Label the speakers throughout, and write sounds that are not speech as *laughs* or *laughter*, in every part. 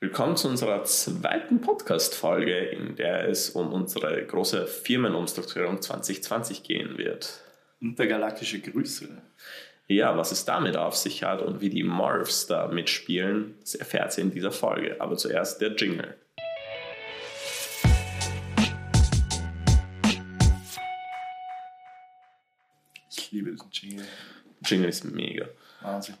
Speaker 1: Willkommen zu unserer zweiten Podcast-Folge, in der es um unsere große Firmenumstrukturierung 2020 gehen wird.
Speaker 2: Intergalaktische Grüße.
Speaker 1: Ja, was es damit auf sich hat und wie die Morphs da mitspielen, das erfährt ihr in dieser Folge. Aber zuerst der Jingle.
Speaker 2: Ich liebe diesen Jingle.
Speaker 1: Jingle ist mega.
Speaker 2: Wahnsinn.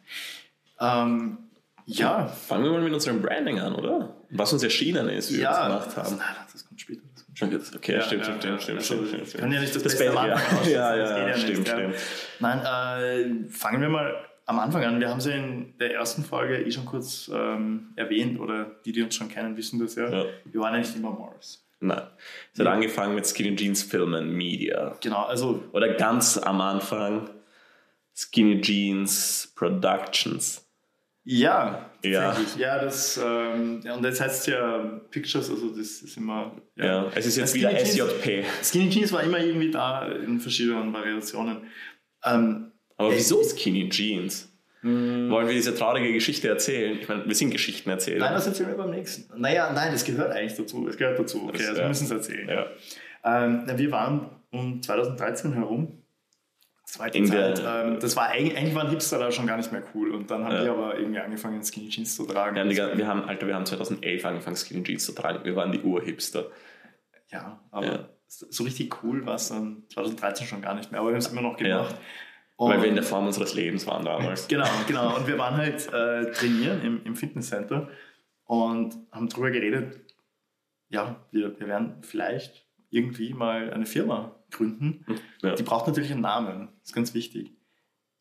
Speaker 2: Ähm, ja,
Speaker 1: Fangen wir mal mit unserem Branding an, oder? Was uns erschienen ist, wie wir das gemacht
Speaker 2: das,
Speaker 1: haben.
Speaker 2: nein, nein, das kommt später. Das kommt später.
Speaker 1: Okay,
Speaker 2: Ja,
Speaker 1: stimmt,
Speaker 2: ja,
Speaker 1: stimmt,
Speaker 2: ja.
Speaker 1: stimmt, stimmt,
Speaker 2: Also,
Speaker 1: stimmt, stimmt.
Speaker 2: ich kann ja nicht das Beste
Speaker 1: Beste
Speaker 2: am
Speaker 1: ja.
Speaker 2: Anfang ausschließen,
Speaker 1: *laughs* Ja,
Speaker 2: das
Speaker 1: ja,
Speaker 2: geht ja
Speaker 1: stimmt,
Speaker 2: nicht, ja.
Speaker 1: stimmt.
Speaker 2: Nein, äh, fangen wir mal am Anfang an. Wir haben sie in der ersten Folge eh schon kurz ähm, erwähnt oder die, die uns schon kennen, wissen das ja.
Speaker 1: Ja.
Speaker 2: Wir waren ja nicht immer Morris.
Speaker 1: Nein. Es hat angefangen mit Skinny Jeans Filmen, Media.
Speaker 2: Genau, also
Speaker 1: Oder ganz am Anfang Skinny Jeans Productions.
Speaker 2: ja,
Speaker 1: Ja.
Speaker 2: tatsächlich. ja das ähm, ja, und jetzt heißt es ja Pictures, also das ist immer
Speaker 1: Ja. es ist jetzt
Speaker 2: Skinny
Speaker 1: wieder
Speaker 2: Jeans-
Speaker 1: SJP.
Speaker 2: Skinny Jeans war immer irgendwie da in verschiedenen Variationen. Ähm,
Speaker 1: Aber
Speaker 2: Ey. Hm.
Speaker 1: wieso Skinny Jeans? Wollen wir diese traurige Geschichte erzählen? Ich meine, wir sind Geschichtenerzähler.
Speaker 2: Nein, das erzählen wir beim nächsten. Naja, nein, das gehört eigentlich dazu. Es gehört dazu. Okay,
Speaker 1: Das-
Speaker 2: also
Speaker 1: ja.
Speaker 2: wir müssen es erzählen.
Speaker 1: ja.
Speaker 2: Ähm, na, wir waren um 2013 herum. Zweite
Speaker 1: In
Speaker 2: Zeit.
Speaker 1: der-
Speaker 2: ähm, das war eigentlich, eigentlich waren Hipster da schon gar nicht mehr cool. Und dann haben
Speaker 1: Ja.
Speaker 2: wir aber irgendwie angefangen, Skinny Jeans zu tragen.
Speaker 1: Wir haben, die, ga- wir haben, Alter, wir haben 2011 angefangen, Skinny Jeans zu tragen. Wir waren die Urhipster.
Speaker 2: ja, aber
Speaker 1: Ja.
Speaker 2: so richtig cool war es dann 2013 schon gar nicht mehr. Aber wir haben es immer noch gemacht.
Speaker 1: Weil wir in
Speaker 2: Und-
Speaker 1: der Form unseres Lebens waren damals.
Speaker 2: Genau, genau. Und wir waren halt äh, trainieren im, im Fitnesscenter und haben darüber geredet, ja, wir, wir werden vielleicht irgendwie mal eine Firma gründen.
Speaker 1: Ja.
Speaker 2: Die braucht natürlich einen Namen, ist ganz wichtig.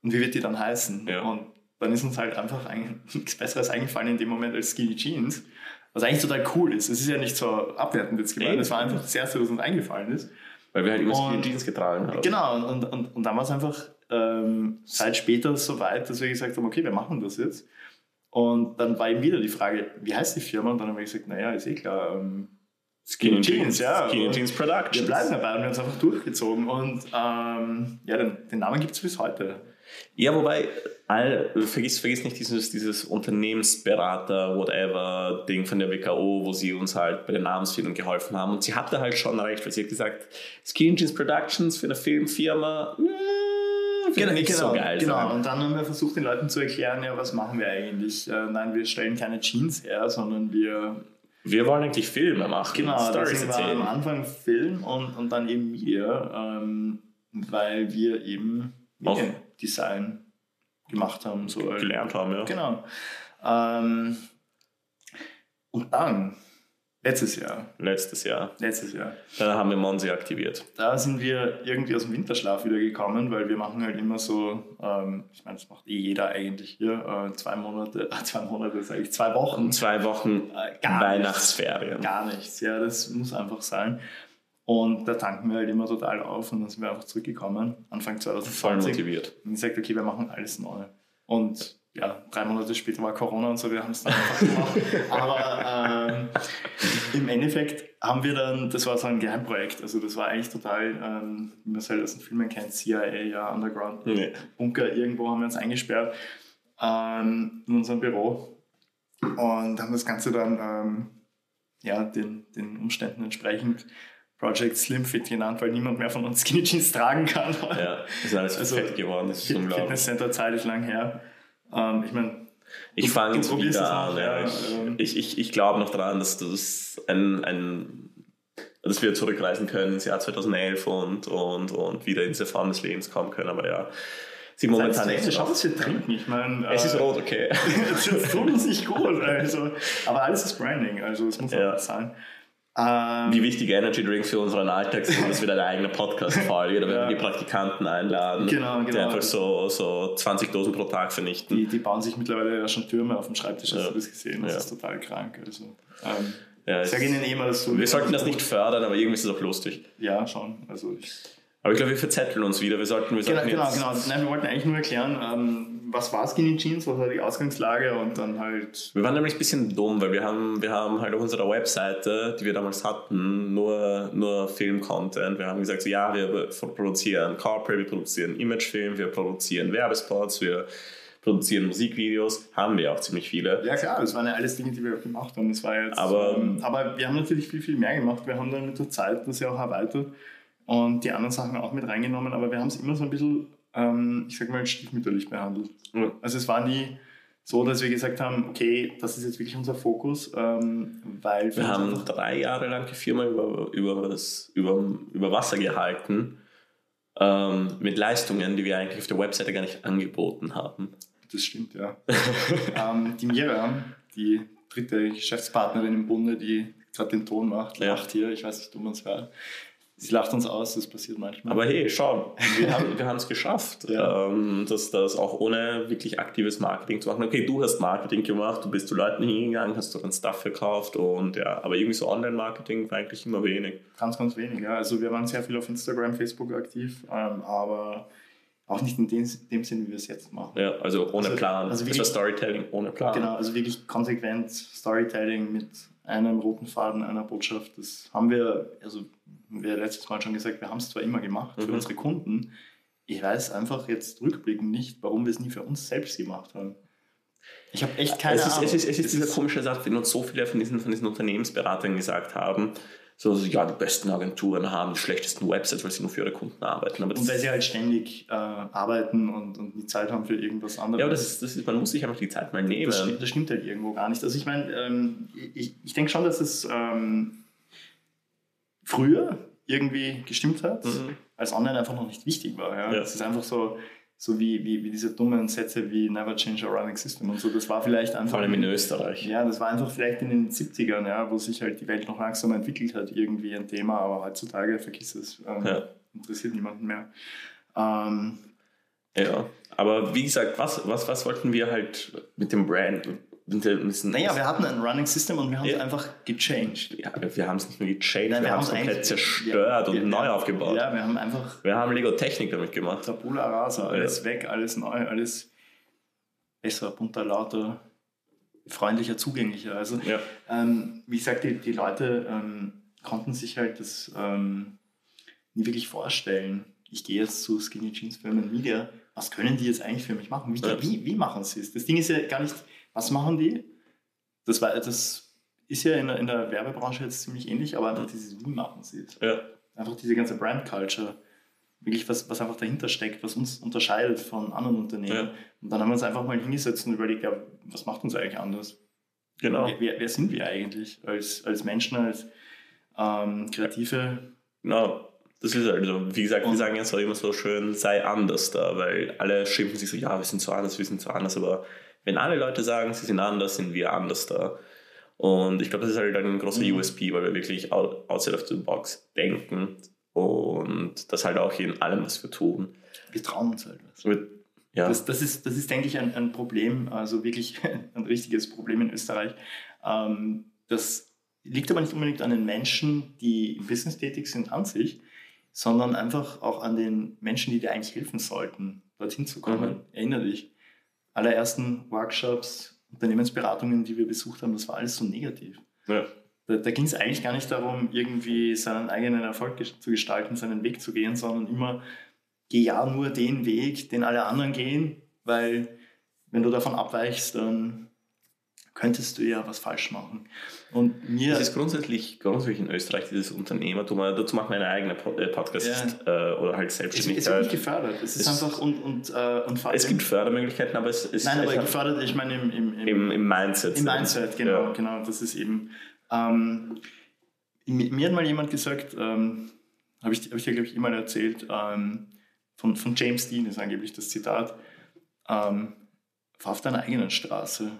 Speaker 2: Und wie wird die dann heißen?
Speaker 1: Ja.
Speaker 2: Und dann ist uns halt einfach ein, *laughs* nichts Besseres eingefallen in dem Moment als Skinny Jeans, was eigentlich total cool ist. Es ist ja nicht so abwertend jetzt gemeint,
Speaker 1: Nee.
Speaker 2: es war einfach das Erste, was uns eingefallen ist.
Speaker 1: Weil wir halt immer Skinny
Speaker 2: Und-
Speaker 1: Jeans getragen haben.
Speaker 2: Genau, und, und, und dann war es einfach ähm, Zeit später so weit, dass wir gesagt haben, okay, wir machen das jetzt. Und dann war eben wieder die Frage, wie heißt die Firma? Und dann haben wir gesagt, naja, ist eh klar, ähm,
Speaker 1: Skinny,
Speaker 2: Skinny
Speaker 1: Jeans,
Speaker 2: Jeans, ja.
Speaker 1: Skinny
Speaker 2: Und
Speaker 1: Jeans Productions.
Speaker 2: wir bleiben dabei und wir haben es einfach durchgezogen. Und ähm, ja, den, den Namen gibt es bis heute.
Speaker 1: Ja, wobei, all, vergiss, vergiss nicht dieses, dieses Unternehmensberater, whatever, Ding von der WKO, wo sie uns halt bei der Namensfindung geholfen haben. Und sie hatte halt schon recht, weil sie hat gesagt, Skinny Jeans Productions für eine Filmfirma, äh, wird nicht so geil
Speaker 2: Genau,
Speaker 1: sein.
Speaker 2: und dann haben wir versucht, den Leuten zu erklären, ja, was machen wir eigentlich? Äh, nein, wir stellen keine Jeans her, sondern wir
Speaker 1: Wir wollen eigentlich Filme machen,
Speaker 2: Genau,
Speaker 1: Stories
Speaker 2: deswegen war
Speaker 1: erzählen.
Speaker 2: am Anfang Film und, und dann eben Media, ähm, weil wir eben
Speaker 1: Auch-
Speaker 2: Mediendesign gemacht haben. So als-
Speaker 1: gelernt haben, ja.
Speaker 2: Genau. Ähm, und dann, letztes Jahr,
Speaker 1: Letztes Jahr.
Speaker 2: letztes Jahr,
Speaker 1: Dann haben wir Monsi aktiviert.
Speaker 2: da sind wir irgendwie aus dem Winterschlaf wieder gekommen, weil wir machen halt immer so, ähm, ich meine, das macht eh jeder eigentlich hier, äh, zwei Monate, *laughs* zwei Monate, sage ich, zwei Wochen.
Speaker 1: Und zwei Wochen
Speaker 2: Äh, nichts.
Speaker 1: Weihnachtsferien.
Speaker 2: Gar nichts, ja, das muss einfach sein. Und da tanken wir halt immer total auf und dann sind wir einfach zurückgekommen, Anfang
Speaker 1: Voll
Speaker 2: 2020. Und
Speaker 1: motiviert.
Speaker 2: gesagt, okay, wir machen alles neu. Und ja, drei Monate später war Corona und so, wir haben es dann einfach gemacht. *laughs* Aber ähm, im Endeffekt haben wir dann, das war so ein Geheimprojekt, also das war eigentlich total, ähm, wie man es halt aus den Filmen kennt, CIA, ja, Underground,
Speaker 1: Nee.
Speaker 2: Bunker irgendwo haben wir uns eingesperrt ähm, in unserem Büro und haben das Ganze dann ähm, ja, den, den Umständen entsprechend Project Slim Fit genannt, weil niemand mehr von uns *laughs* Skinny Jeans tragen kann.
Speaker 1: Ja, ist alles
Speaker 2: Also,
Speaker 1: fett geworden,
Speaker 2: *laughs*
Speaker 1: das ist
Speaker 2: Fit-
Speaker 1: unglaublich.
Speaker 2: Fitnesscenter-Zeit ist lang her. Ähm, ich meine,
Speaker 1: Ich
Speaker 2: Du-
Speaker 1: fange
Speaker 2: du
Speaker 1: jetzt
Speaker 2: probierst
Speaker 1: wieder
Speaker 2: es
Speaker 1: an.
Speaker 2: noch,
Speaker 1: Ja.
Speaker 2: ja,
Speaker 1: Ich,
Speaker 2: ähm.
Speaker 1: ich, ich, ich glaube noch daran, dass das ein, ein dass wir zurückreisen können ins Jahr 2011 und, und, und wieder in diese Form des Lebens kommen können. Aber ja, sieht momentan nicht so
Speaker 2: schau,
Speaker 1: aus.
Speaker 2: was wir trinken. Ich meine,
Speaker 1: Es
Speaker 2: *laughs*
Speaker 1: ist
Speaker 2: äh,
Speaker 1: rot, okay.
Speaker 2: das tut uns nicht gut. Also, aber alles ist Branding, also es muss
Speaker 1: Ja.
Speaker 2: auch sein.
Speaker 1: *laughs*
Speaker 2: Ähm,
Speaker 1: Wie wichtig Energy Drinks für unseren Alltag sind, ist wieder eine eigene Podcast-Folge. Da werden
Speaker 2: Ja.
Speaker 1: wir die Praktikanten einladen,
Speaker 2: Genau,
Speaker 1: die
Speaker 2: genau.
Speaker 1: einfach so, so 20 Dosen pro Tag vernichten.
Speaker 2: Die, die bauen sich mittlerweile ja schon Türme auf dem Schreibtisch, hast
Speaker 1: Ja.
Speaker 2: du das gesehen? Das
Speaker 1: Ja.
Speaker 2: ist total krank. Also, ähm,
Speaker 1: Ja,
Speaker 2: ich
Speaker 1: es-
Speaker 2: sage Ihnen eh mal, dass du.
Speaker 1: wir sollten das nicht fördern, aber irgendwie ist es auch lustig.
Speaker 2: Ja, schon. Also ich,
Speaker 1: Aber ich glaube, wir verzetteln uns wieder. Wir sollten, wir
Speaker 2: genau,
Speaker 1: sollten
Speaker 2: genau,
Speaker 1: jetzt
Speaker 2: genau. Nein, wir wollten eigentlich nur erklären, ähm, was war Skinny Jeans, was war die Ausgangslage und dann halt.
Speaker 1: Wir waren nämlich ein bisschen dumm, weil wir haben, wir haben halt auf unserer Webseite, die wir damals hatten, nur, nur Film-Content. Wir haben gesagt, so, ja, wir produzieren Corporate, wir produzieren Imagefilm, wir produzieren Werbespots, wir produzieren Musikvideos, haben wir auch ziemlich viele.
Speaker 2: Ja klar, das waren ja alles Dinge, die wir auch gemacht haben. Das war jetzt,
Speaker 1: Aber-
Speaker 2: ähm, aber wir haben natürlich viel, viel mehr gemacht. Wir haben dann mit der Zeit das ja auch erweitert und die anderen Sachen auch mit reingenommen, aber wir haben es immer so ein bisschen, ähm, ich sag mal, stiefmütterlich behandelt.
Speaker 1: Ja.
Speaker 2: Also es war nie so, dass wir gesagt haben, okay, das ist jetzt wirklich unser Fokus, ähm, weil
Speaker 1: Wir
Speaker 2: uns
Speaker 1: haben
Speaker 2: einfach-
Speaker 1: drei Jahre lang die Firma über, über, das, über, über Wasser gehalten. Ähm, mit Leistungen, die wir eigentlich auf der Webseite gar nicht angeboten haben.
Speaker 2: Das stimmt, ja. *laughs* ähm, die Mira, die dritte Geschäftspartnerin im Bunde, die gerade den Ton macht,
Speaker 1: Ja.
Speaker 2: lacht hier. Ich weiß nicht, ob man es hört. Sie lacht uns aus, das passiert manchmal.
Speaker 1: Aber hey, schau, wir haben wir haben es geschafft,
Speaker 2: Mhm. Ja.
Speaker 1: ähm, dass das auch ohne wirklich aktives Marketing zu machen. Okay, du hast Marketing gemacht, du bist zu Leuten hingegangen, hast du dann Stuff verkauft und ja, aber irgendwie so Online-Marketing war eigentlich immer wenig.
Speaker 2: Ganz, ganz wenig. Ja. Also wir waren sehr viel auf Instagram, Facebook aktiv, ähm, aber auch nicht in dem, dem Sinn, wie wir es jetzt machen.
Speaker 1: Ja, also ohne
Speaker 2: Also-
Speaker 1: Plan.
Speaker 2: also
Speaker 1: Also das
Speaker 2: wirklich-
Speaker 1: war Storytelling ohne Plan.
Speaker 2: Genau, also wirklich konsequent Storytelling mit einem roten Faden, einer Botschaft. Das haben wir, also wir haben letztes Mal schon gesagt, wir haben es zwar immer gemacht für
Speaker 1: Mhm.
Speaker 2: unsere Kunden. Ich weiß einfach jetzt rückblickend nicht, warum wir es nie für uns selbst gemacht haben. Ich habe echt keine
Speaker 1: es ist,
Speaker 2: Ahnung.
Speaker 1: Es ist, es ist dieser komische Satz, den uns so viele von diesen, von diesen Unternehmensberatern gesagt haben. So, so, ja, die besten Agenturen haben die schlechtesten Websites, weil sie nur für ihre Kunden arbeiten. Aber das,
Speaker 2: und weil sie halt ständig äh, arbeiten und, und nie Zeit haben für irgendwas anderes.
Speaker 1: ja, aber das ist, das ist, man muss sich einfach die Zeit mal nehmen.
Speaker 2: Das stimmt, das stimmt halt irgendwo gar nicht. Also ich meine, ähm, ich, ich denke schon, dass es ähm, früher irgendwie gestimmt hat,
Speaker 1: Mhm.
Speaker 2: als online einfach noch nicht wichtig war. Ja?
Speaker 1: Ja.
Speaker 2: Es ist einfach so, so wie, wie, wie diese dummen Sätze wie Never Change a Running System und so. Das war vielleicht einfach...
Speaker 1: Vor allem in Österreich.
Speaker 2: Ja, das war einfach vielleicht in den 70ern, ja, wo sich halt die Welt noch langsam entwickelt hat, irgendwie ein Thema, aber heutzutage vergiss es. Ähm,
Speaker 1: Ja.
Speaker 2: Interessiert niemanden mehr. Ähm,
Speaker 1: Ja, aber wie gesagt, was, was, was wollten wir halt mit dem Brand? Mit dem, mit dem,
Speaker 2: naja, wir hatten ein Running System und wir haben es
Speaker 1: Ja.
Speaker 2: einfach gechanged.
Speaker 1: ja, wir haben es nicht nur gechanged,
Speaker 2: Nein,
Speaker 1: wir, haben es
Speaker 2: haben's
Speaker 1: komplett
Speaker 2: eigentlich-
Speaker 1: zerstört
Speaker 2: ja,
Speaker 1: und
Speaker 2: ja,
Speaker 1: neu
Speaker 2: ja,
Speaker 1: aufgebaut.
Speaker 2: Ja, wir haben einfach
Speaker 1: Wir haben Lego Technik damit gemacht.
Speaker 2: Tabula rasa, alles weg, alles neu, alles besser, bunter, lauter, freundlicher, zugänglicher. Also,
Speaker 1: Ja.
Speaker 2: ähm, wie gesagt, die, die Leute ähm, konnten sich halt das ähm, nie wirklich vorstellen. Ich gehe jetzt zu Skinny Jeans Film Media. Was können die jetzt eigentlich für mich machen? Wie,
Speaker 1: Ja.
Speaker 2: wie, wie machen sie es? Das Ding ist ja gar nicht, was machen die? Das, war, das ist ja in der, in der Werbebranche jetzt ziemlich ähnlich, aber einfach dieses, wie machen sie es?
Speaker 1: Mhm. Ja.
Speaker 2: einfach diese ganze Brand Culture, wirklich was, was einfach dahinter steckt, was uns unterscheidet von anderen Unternehmen.
Speaker 1: Ja.
Speaker 2: Und dann haben wir uns einfach mal hingesetzt und überlegt, ja, was macht uns eigentlich anders?
Speaker 1: Genau.
Speaker 2: Wer- Wer, wer sind wir eigentlich als, als Menschen, als ähm, Kreative?
Speaker 1: genau. Das ist halt so. Wie gesagt,
Speaker 2: Und-
Speaker 1: wir sagen jetzt auch immer so schön, sei anders da, weil alle schimpfen sich so, ja, wir sind so anders, wir sind so anders, aber wenn alle Leute sagen, sie sind anders, sind wir anders da. Und ich glaube, das ist halt ein großer
Speaker 2: Mhm.
Speaker 1: USP, weil wir wirklich out- outside of the box denken und das halt auch in allem, was wir tun.
Speaker 2: Wir trauen uns halt was.
Speaker 1: So mit- Ja,
Speaker 2: Das, das, ist, das ist, denke ich, ein, ein Problem, also wirklich *laughs* ein richtiges Problem in Österreich. Ähm, das liegt aber nicht unbedingt an den Menschen, die im Business tätig sind an sich, sondern einfach auch an den Menschen, die dir eigentlich helfen sollten, dorthin zu kommen.
Speaker 1: Mhm.
Speaker 2: Erinnere dich, allerersten Workshops, Unternehmensberatungen, die wir besucht haben, das war alles so negativ.
Speaker 1: ja,
Speaker 2: Da, da ging es eigentlich gar nicht darum, irgendwie seinen eigenen Erfolg ges- zu gestalten, seinen Weg zu gehen, sondern immer, geh ja nur den Weg, den alle anderen gehen, weil wenn du davon abweichst, dann könntest du ja was falsch machen. Und mir,
Speaker 1: es ist grundsätzlich, grundsätzlich in Österreich dieses Unternehmertum, aber dazu machen wir eine eigene Pod- äh, Podcast äh, oder halt
Speaker 2: es, es wird nicht
Speaker 1: Selbstständigkeit. Es,
Speaker 2: gefördert. Es ist
Speaker 1: Es-
Speaker 2: einfach und, und, äh, und vor allem-
Speaker 1: gibt Fördermöglichkeiten, aber es ist
Speaker 2: Nein, aber
Speaker 1: es hat-
Speaker 2: gefördert, ich meine, im, im, im,
Speaker 1: im, im Mindset.
Speaker 2: Im Mindset, genau,
Speaker 1: Ja.
Speaker 2: genau. Das ist eben. Ähm, mi- mir hat mal jemand gesagt, ähm, habe ich, hab ich dir, glaube ich, immer erzählt, ähm, von, von James Dean ist angeblich das Zitat: ähm, Fahr auf deiner eigenen Straße,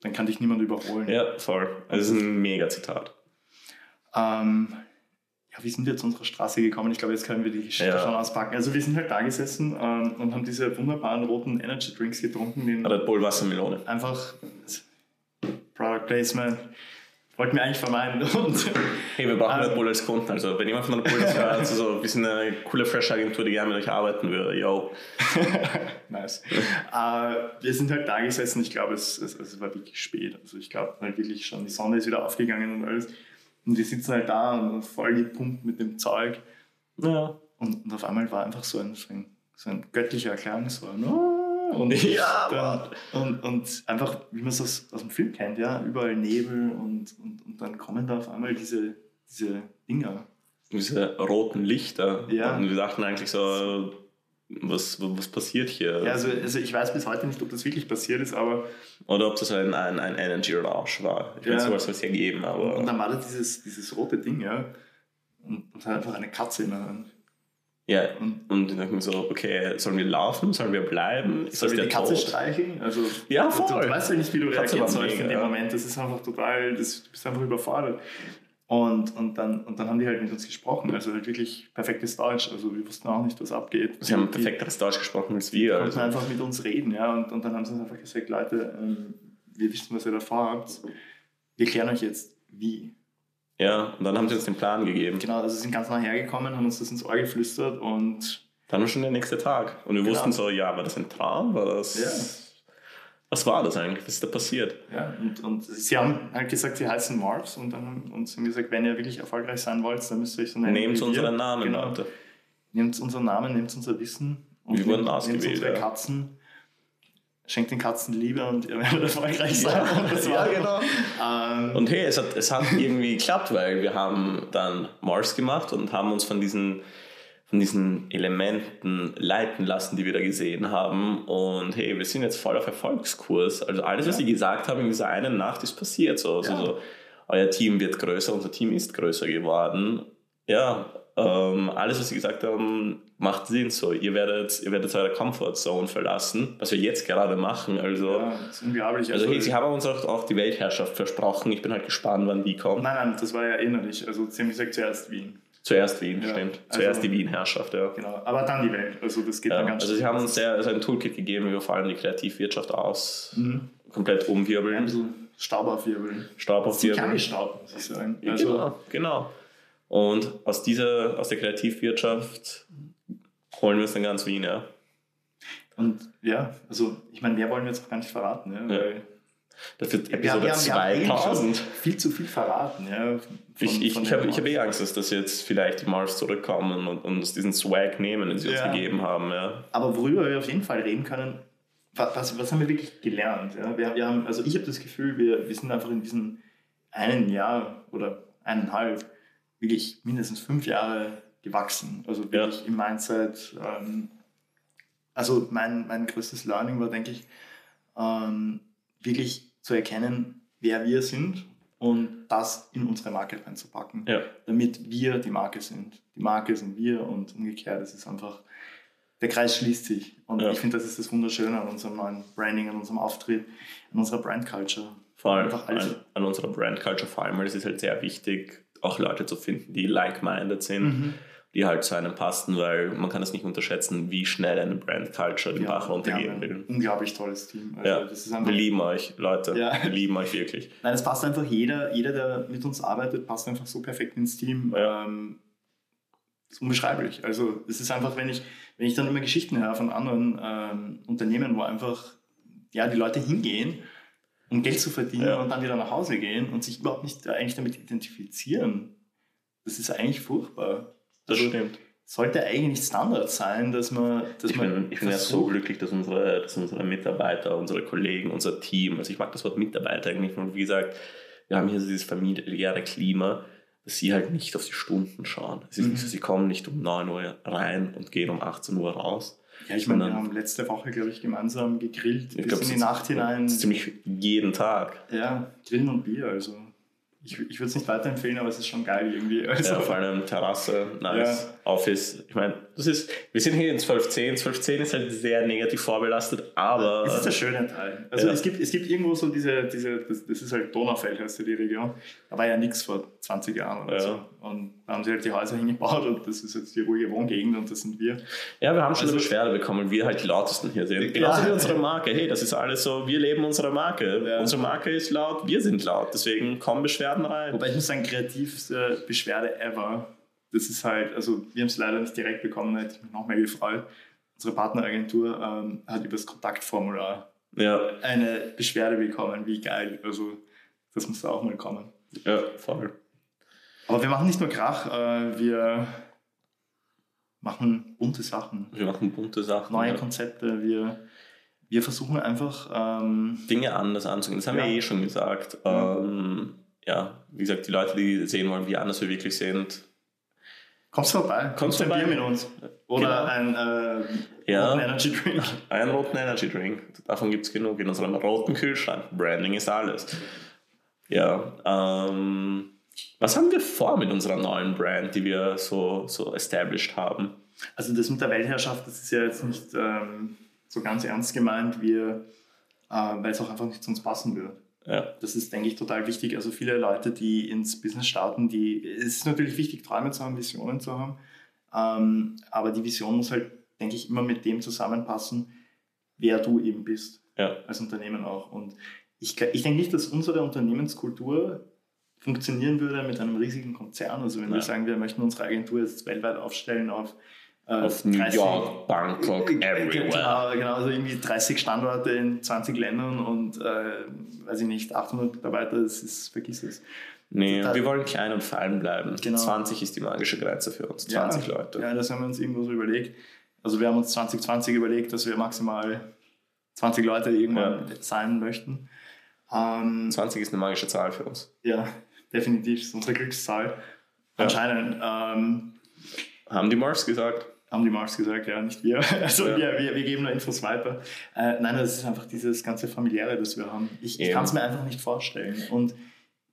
Speaker 2: dann kann dich niemand überholen.
Speaker 1: Ja, voll. Also es ist ein mega Zitat.
Speaker 2: Ähm, ja, wie sind wir zu unserer Straße gekommen? Ich glaube, jetzt können wir die Geschichte
Speaker 1: Ja.
Speaker 2: schon auspacken. Also, wir sind halt da gesessen ähm, und haben diese wunderbaren roten Energy Drinks getrunken, den
Speaker 1: Red Bull Wassermelone.
Speaker 2: einfach Product Placement. Wollten wir eigentlich vermeiden. *laughs* Und
Speaker 1: Hey, wir brauchen
Speaker 2: Ähm.
Speaker 1: Red Bull als Kunden. Also wenn jemand von Red Bull das hört, also so, wir sind eine coole Fresh-Agentur, die gerne mit euch arbeiten würde. Yo.
Speaker 2: ähm, nice. äh, wir sind halt da gesessen. Ich glaube, es, es, es war wirklich spät. Also ich glaube halt wirklich schon, die Sonne ist wieder aufgegangen und alles. Und wir sitzen halt da und voll gepumpt mit dem Zeug.
Speaker 1: Ja.
Speaker 2: Und, und auf einmal war einfach so ein, so ein, so ein göttlicher Klang, so ein, "Oh", und,
Speaker 1: Ja,
Speaker 2: dann, und, und einfach, wie man es aus, aus dem Film kennt, ja, überall Nebel und, und, und dann kommen da auf einmal diese, diese Dinger.
Speaker 1: Diese roten Lichter.
Speaker 2: Ja.
Speaker 1: Und wir dachten eigentlich so, was, was passiert hier?
Speaker 2: Ja, also, also ich weiß bis heute nicht, ob das wirklich passiert ist, aber
Speaker 1: Oder ob das ein, ein, ein Energy-Rausch war. Ich meine,
Speaker 2: Ja.
Speaker 1: sowas soll es ja geben, aber.
Speaker 2: und dann war da dieses, dieses rote Ding, ja, und, und hat einfach eine Katze in der Hand.
Speaker 1: ja,
Speaker 2: Und
Speaker 1: Und ich dachte mir so, okay, sollen wir laufen? Sollen wir bleiben? Ist
Speaker 2: soll
Speaker 1: das
Speaker 2: ich die
Speaker 1: der
Speaker 2: Katze
Speaker 1: Tod?
Speaker 2: streicheln? Also,
Speaker 1: Ja,
Speaker 2: du,
Speaker 1: voll.
Speaker 2: du weißt ja nicht, wie du
Speaker 1: Katze
Speaker 2: reagieren
Speaker 1: war
Speaker 2: sollst in
Speaker 1: mega,
Speaker 2: dem
Speaker 1: ja.
Speaker 2: Moment. Das ist einfach total, das, du bist einfach überfordert. Und, und, dann, und dann haben die halt mit uns gesprochen. Also halt wirklich perfektes Deutsch. Also wir wussten auch nicht, was abgeht.
Speaker 1: Sie haben
Speaker 2: Die- halt.
Speaker 1: perfekteres Deutsch gesprochen als wir.
Speaker 2: Die konnten
Speaker 1: Also,
Speaker 2: einfach mit uns reden. Ja? Und, und dann haben sie uns einfach gesagt, Leute, ähm, wir wissen, was ihr da vorhabt. Wir klären euch jetzt, wie.
Speaker 1: ja, und dann haben sie uns den Plan gegeben.
Speaker 2: Genau, also sind ganz nah hergekommen, haben uns das ins Ohr geflüstert und
Speaker 1: Dann war schon der nächste Tag. Und wir
Speaker 2: Genau.
Speaker 1: wussten so, ja, war das ein Traum? War das. Was war das eigentlich? Was ist da passiert?
Speaker 2: Ja, und, und sie haben halt gesagt, sie heißen Morphs und dann haben uns haben gesagt, wenn ihr wirklich erfolgreich sein wollt, dann müsst ihr euch so nennen.
Speaker 1: Nehmt
Speaker 2: wie
Speaker 1: unseren
Speaker 2: wir.
Speaker 1: Namen,
Speaker 2: Genau.
Speaker 1: Leute.
Speaker 2: Nehmt unseren Namen, nehmt unser Wissen und
Speaker 1: Wir wurden
Speaker 2: nehmt,
Speaker 1: ausgewählt,
Speaker 2: Nehmt unsere
Speaker 1: ja.
Speaker 2: Katzen, schenkt den Katzen Liebe und ihr werdet erfolgreich
Speaker 1: *laughs*
Speaker 2: sein. Und das war genau- Ähm,
Speaker 1: genau. Und hey, es hat, es hat irgendwie *laughs* geklappt, weil wir haben dann Mars gemacht und haben uns von diesen, von diesen Elementen leiten lassen, die wir da gesehen haben. Und hey, wir sind jetzt voll auf Erfolgskurs. Also alles, was sie gesagt haben in dieser einen Nacht, ist passiert. So, also
Speaker 2: Ja.
Speaker 1: so euer Team wird größer, unser Team ist größer geworden. Ja, ähm, alles, was sie gesagt haben, macht Sinn. So, ihr werdet, ihr werdet eure Comfortzone verlassen, was wir jetzt gerade machen. Also,
Speaker 2: ja, das ist unglaublich.
Speaker 1: also hey, sie haben uns auch, auch die Weltherrschaft versprochen. Ich bin halt gespannt, wann die kommt.
Speaker 2: nein, nein, das war ja innerlich. Also sie haben gesagt, zuerst Wien.
Speaker 1: Zuerst Wien,
Speaker 2: Ja,
Speaker 1: stimmt.
Speaker 2: also-
Speaker 1: Zuerst die Wien-Herrschaft, ja.
Speaker 2: Genau. Aber dann die Welt. Also das geht
Speaker 1: ja.
Speaker 2: dann ganz
Speaker 1: Also sie
Speaker 2: schnell.
Speaker 1: haben uns sehr, also ein Toolkit gegeben, wie wir vor allem die Kreativwirtschaft aus
Speaker 2: Mhm.
Speaker 1: komplett
Speaker 2: Ein
Speaker 1: umwirbeln,
Speaker 2: bisschen Staub aufwirbeln.
Speaker 1: Staub
Speaker 2: Sie kann
Speaker 1: aufwirbeln.
Speaker 2: nicht Staub, muss ich sagen. Also,
Speaker 1: Ja, genau, genau. Und aus dieser, aus der Kreativwirtschaft holen wir uns dann ganz Wien, ja.
Speaker 2: Und ja, also ich meine, mehr wollen wir jetzt auch gar nicht verraten, ja, weil
Speaker 1: Das wird
Speaker 2: wir haben-
Speaker 1: Episode
Speaker 2: wir haben- wir haben eh schon
Speaker 1: 2000.
Speaker 2: viel zu viel verraten. Ja, von-
Speaker 1: Ich, ich,
Speaker 2: von
Speaker 1: ich
Speaker 2: dem
Speaker 1: habe ich hab
Speaker 2: Ort.
Speaker 1: eh Angst, dass das jetzt vielleicht die Mars zurückkommen und uns diesen Swag nehmen, den sie
Speaker 2: Ja.
Speaker 1: uns gegeben haben. Ja.
Speaker 2: Aber worüber wir auf jeden Fall reden können, wa- was, was haben wir wirklich gelernt? Ja? Wir, wir haben, also ich habe das Gefühl, wir, wir sind einfach in diesem einen Jahr oder eineinhalb wirklich mindestens fünf Jahre gewachsen. Also wirklich im Mindset. Ähm, also mein, mein größtes Learning war, denke ich, ähm, wirklich zu erkennen, wer wir sind und das in unsere Marke reinzupacken
Speaker 1: Ja.
Speaker 2: damit wir die Marke sind. Die Marke sind wir und umgekehrt. Es ist einfach, der Kreis schließt sich. Und
Speaker 1: Ja.
Speaker 2: ich finde, das ist das Wunderschöne an unserem neuen Branding, an unserem Auftritt, an unserer Brand Culture.
Speaker 1: Vor allem
Speaker 2: Einfach alles.
Speaker 1: an, an unserer Brand Culture, vor allem, weil es ist halt sehr wichtig, auch Leute zu finden, die like-minded sind,
Speaker 2: Mhm.
Speaker 1: die halt zu einem passen, weil man kann es nicht unterschätzen, wie schnell eine Brand Culture den
Speaker 2: Wir
Speaker 1: Bach
Speaker 2: haben- wir haben
Speaker 1: runtergehen
Speaker 2: ein
Speaker 1: will.
Speaker 2: unglaublich tolles Team. Also
Speaker 1: Ja.
Speaker 2: das ist
Speaker 1: Wir
Speaker 2: einfach,
Speaker 1: lieben euch, Leute.
Speaker 2: Ja.
Speaker 1: Wir lieben euch wirklich.
Speaker 2: nein, es passt einfach jeder, jeder, der mit uns arbeitet, passt einfach so perfekt ins Team.
Speaker 1: Ja.
Speaker 2: Ähm, ist unbeschreiblich. Also es ist einfach, wenn ich, wenn ich dann immer Geschichten höre von anderen ähm, Unternehmen, wo einfach ja, die Leute hingehen, um Geld zu verdienen
Speaker 1: Ja.
Speaker 2: und dann wieder nach Hause gehen und sich überhaupt nicht eigentlich damit identifizieren. Das ist eigentlich furchtbar.
Speaker 1: Das
Speaker 2: Also,
Speaker 1: stimmt.
Speaker 2: Sollte eigentlich Standard sein, dass man, dass
Speaker 1: Ich
Speaker 2: man
Speaker 1: bin, ich bin ja so glücklich, dass unsere, dass unsere Mitarbeiter, unsere Kollegen, unser Team, also ich mag das Wort Mitarbeiter eigentlich, und wie gesagt, wir haben hier so dieses familiäre Klima, dass sie halt nicht auf die Stunden schauen. Es ist
Speaker 2: Mhm.
Speaker 1: nicht so, sie kommen nicht um 9 Uhr rein und gehen um 18 Uhr raus.
Speaker 2: ja, ich meine, wir
Speaker 1: sondern-
Speaker 2: haben letzte Woche, glaube ich, gemeinsam gegrillt, bis
Speaker 1: glaub,
Speaker 2: in
Speaker 1: es
Speaker 2: die
Speaker 1: ist-
Speaker 2: Nacht hinein.
Speaker 1: es ist Ziemlich jeden Tag.
Speaker 2: Ja, Grillen und Bier, also. Ich, ich würde es nicht weiterempfehlen, aber es *laughs* ist schon geil irgendwie. *laughs* Also,
Speaker 1: Ja, vor allem äh, Terrasse, nice, Office. Ich meine, das ist, wir sind hier in 1210. 1210 ist halt sehr negativ vorbelastet, aber
Speaker 2: Es ist der schöne Teil. Also
Speaker 1: Ja.
Speaker 2: es, gibt, es gibt irgendwo so diese, diese das, das ist halt Donaufeld, heißt ja die Region. Da war ja nichts vor 20 Jahren oder
Speaker 1: Ja.
Speaker 2: so. Und da haben sie halt die Häuser *laughs* hingebaut und das ist jetzt die ruhige Wohngegend und das sind wir.
Speaker 1: ja, wir haben schon
Speaker 2: Also-
Speaker 1: eine Beschwerde bekommen, wir halt die lautesten hier sind.
Speaker 2: Ja.
Speaker 1: Genauso wie unsere Marke. Hey, das ist alles so, wir leben unsere Marke.
Speaker 2: Ja.
Speaker 1: Unsere Marke ist laut, wir sind laut. Deswegen kommen Beschwerden rein.
Speaker 2: Wobei ich muss sagen, kreativste Beschwerde ever. Das ist halt, also wir haben es leider nicht direkt bekommen, da hätte ich mich noch mehr gefreut. Unsere Partneragentur ähm, hat über das Kontaktformular
Speaker 1: Ja,
Speaker 2: eine Beschwerde bekommen. Wie geil. Also das muss da auch mal kommen.
Speaker 1: ja, voll.
Speaker 2: Aber wir machen nicht nur Krach, äh, wir machen bunte Sachen.
Speaker 1: Wir machen bunte Sachen.
Speaker 2: neue
Speaker 1: ja.
Speaker 2: Konzepte, wir, wir versuchen einfach, ähm,
Speaker 1: Dinge anders anzugehen. Das haben
Speaker 2: Ja. Mhm.
Speaker 1: wir eh schon gesagt.
Speaker 2: Ja.
Speaker 1: Ähm, ja, wie gesagt, die Leute, die sehen wollen, wie anders wir wirklich sind.
Speaker 2: kommst vorbei,
Speaker 1: Kommst
Speaker 2: ein
Speaker 1: vorbei. Genau.
Speaker 2: Bier mit uns. Oder ein äh,
Speaker 1: Ja.
Speaker 2: roten Energy Drink.
Speaker 1: Einen roten Energy Drink. Davon gibt es genug in unserem roten Kühlschrank. Branding ist alles. Ja. Ähm, was haben wir vor mit unserer neuen Brand, die wir so, so established haben?
Speaker 2: Also das mit der Weltherrschaft, das ist ja jetzt nicht ähm, so ganz ernst gemeint, wir, äh, weil es auch einfach nicht zu uns passen würde.
Speaker 1: Ja.
Speaker 2: Das ist, denke ich, total wichtig. Also viele Leute, die ins Business starten, die, es ist natürlich wichtig, Träume zu haben, Visionen zu haben, ähm, aber die Vision muss halt, denke ich, immer mit dem zusammenpassen, wer du eben bist,
Speaker 1: Ja.
Speaker 2: als Unternehmen auch. Und ich, gl- ich denke nicht, dass unsere Unternehmenskultur funktionieren würde mit einem riesigen Konzern. Also wenn wir
Speaker 1: Nein.
Speaker 2: sagen, wir möchten unsere Agentur jetzt weltweit aufstellen auf, äh,
Speaker 1: Auf New
Speaker 2: 30
Speaker 1: York, Bangkok, everywhere.
Speaker 2: Genau, genau, also irgendwie 30 Standorte in 20 Ländern und äh, weiß ich nicht, 800 Mitarbeiter, das ist, vergiss es.
Speaker 1: Nee,
Speaker 2: Da-
Speaker 1: wir wollen klein und fein bleiben.
Speaker 2: Genau.
Speaker 1: 20 ist die magische Grenze für uns. 20 Leute.
Speaker 2: Ja, das haben wir uns irgendwo so überlegt. Also wir haben uns 2020 überlegt, dass wir maximal 20 Leute irgendwann sein möchten. Ähm,
Speaker 1: 20 ist eine magische Zahl für uns.
Speaker 2: ja, definitiv, das ist unsere Glückszahl.
Speaker 1: Ja.
Speaker 2: Anscheinend ähm,
Speaker 1: Haben die Mars gesagt?
Speaker 2: haben die Marks gesagt, ja, nicht wir. *laughs* Also
Speaker 1: Ja.
Speaker 2: Wir, wir, wir geben nur Infos weiter. Äh, nein, das ist einfach dieses ganze Familiäre, das wir haben. Ich, ich
Speaker 1: Eben.
Speaker 2: kann es mir einfach nicht vorstellen. Und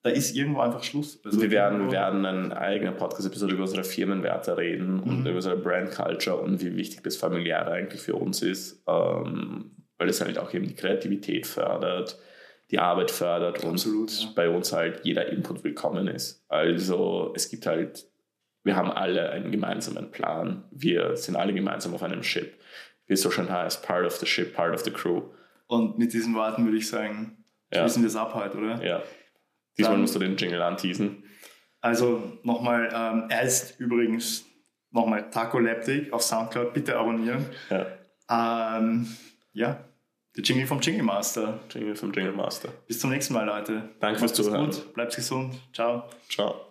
Speaker 2: da ist irgendwo einfach Schluss. Also
Speaker 1: Wir werden,
Speaker 2: irgendwo-
Speaker 1: wir werden eine eigene Podcast-Episode über unsere Firmenwerte reden und
Speaker 2: Mhm.
Speaker 1: über unsere Brand Culture und wie wichtig das Familiäre eigentlich für uns ist, ähm, weil es halt auch eben die Kreativität fördert, die Arbeit fördert und
Speaker 2: Absolut, ja.
Speaker 1: bei uns halt jeder Input willkommen ist. Also es gibt halt, wir haben alle einen gemeinsamen Plan, wir sind alle gemeinsam auf einem Ship. Wie es so schön heißt, part of the ship, part of the crew.
Speaker 2: Und mit diesen Worten würde ich sagen,
Speaker 1: Ja.
Speaker 2: schließen wir es ab heute, oder?
Speaker 1: Ja. Diesmal
Speaker 2: Dann-
Speaker 1: musst du den Jingle anteasen.
Speaker 2: Also nochmal, ähm, er ist übrigens nochmal Tacoleptic auf Soundcloud, bitte abonnieren.
Speaker 1: Ja.
Speaker 2: Ähm, ja, der Jingle vom Jingle Master.
Speaker 1: Jingle vom Jingle Master.
Speaker 2: Bis zum nächsten Mal, Leute.
Speaker 1: Danke fürs
Speaker 2: Macht es
Speaker 1: Zuhören.
Speaker 2: Gut, bleibt gesund. Ciao.
Speaker 1: Ciao.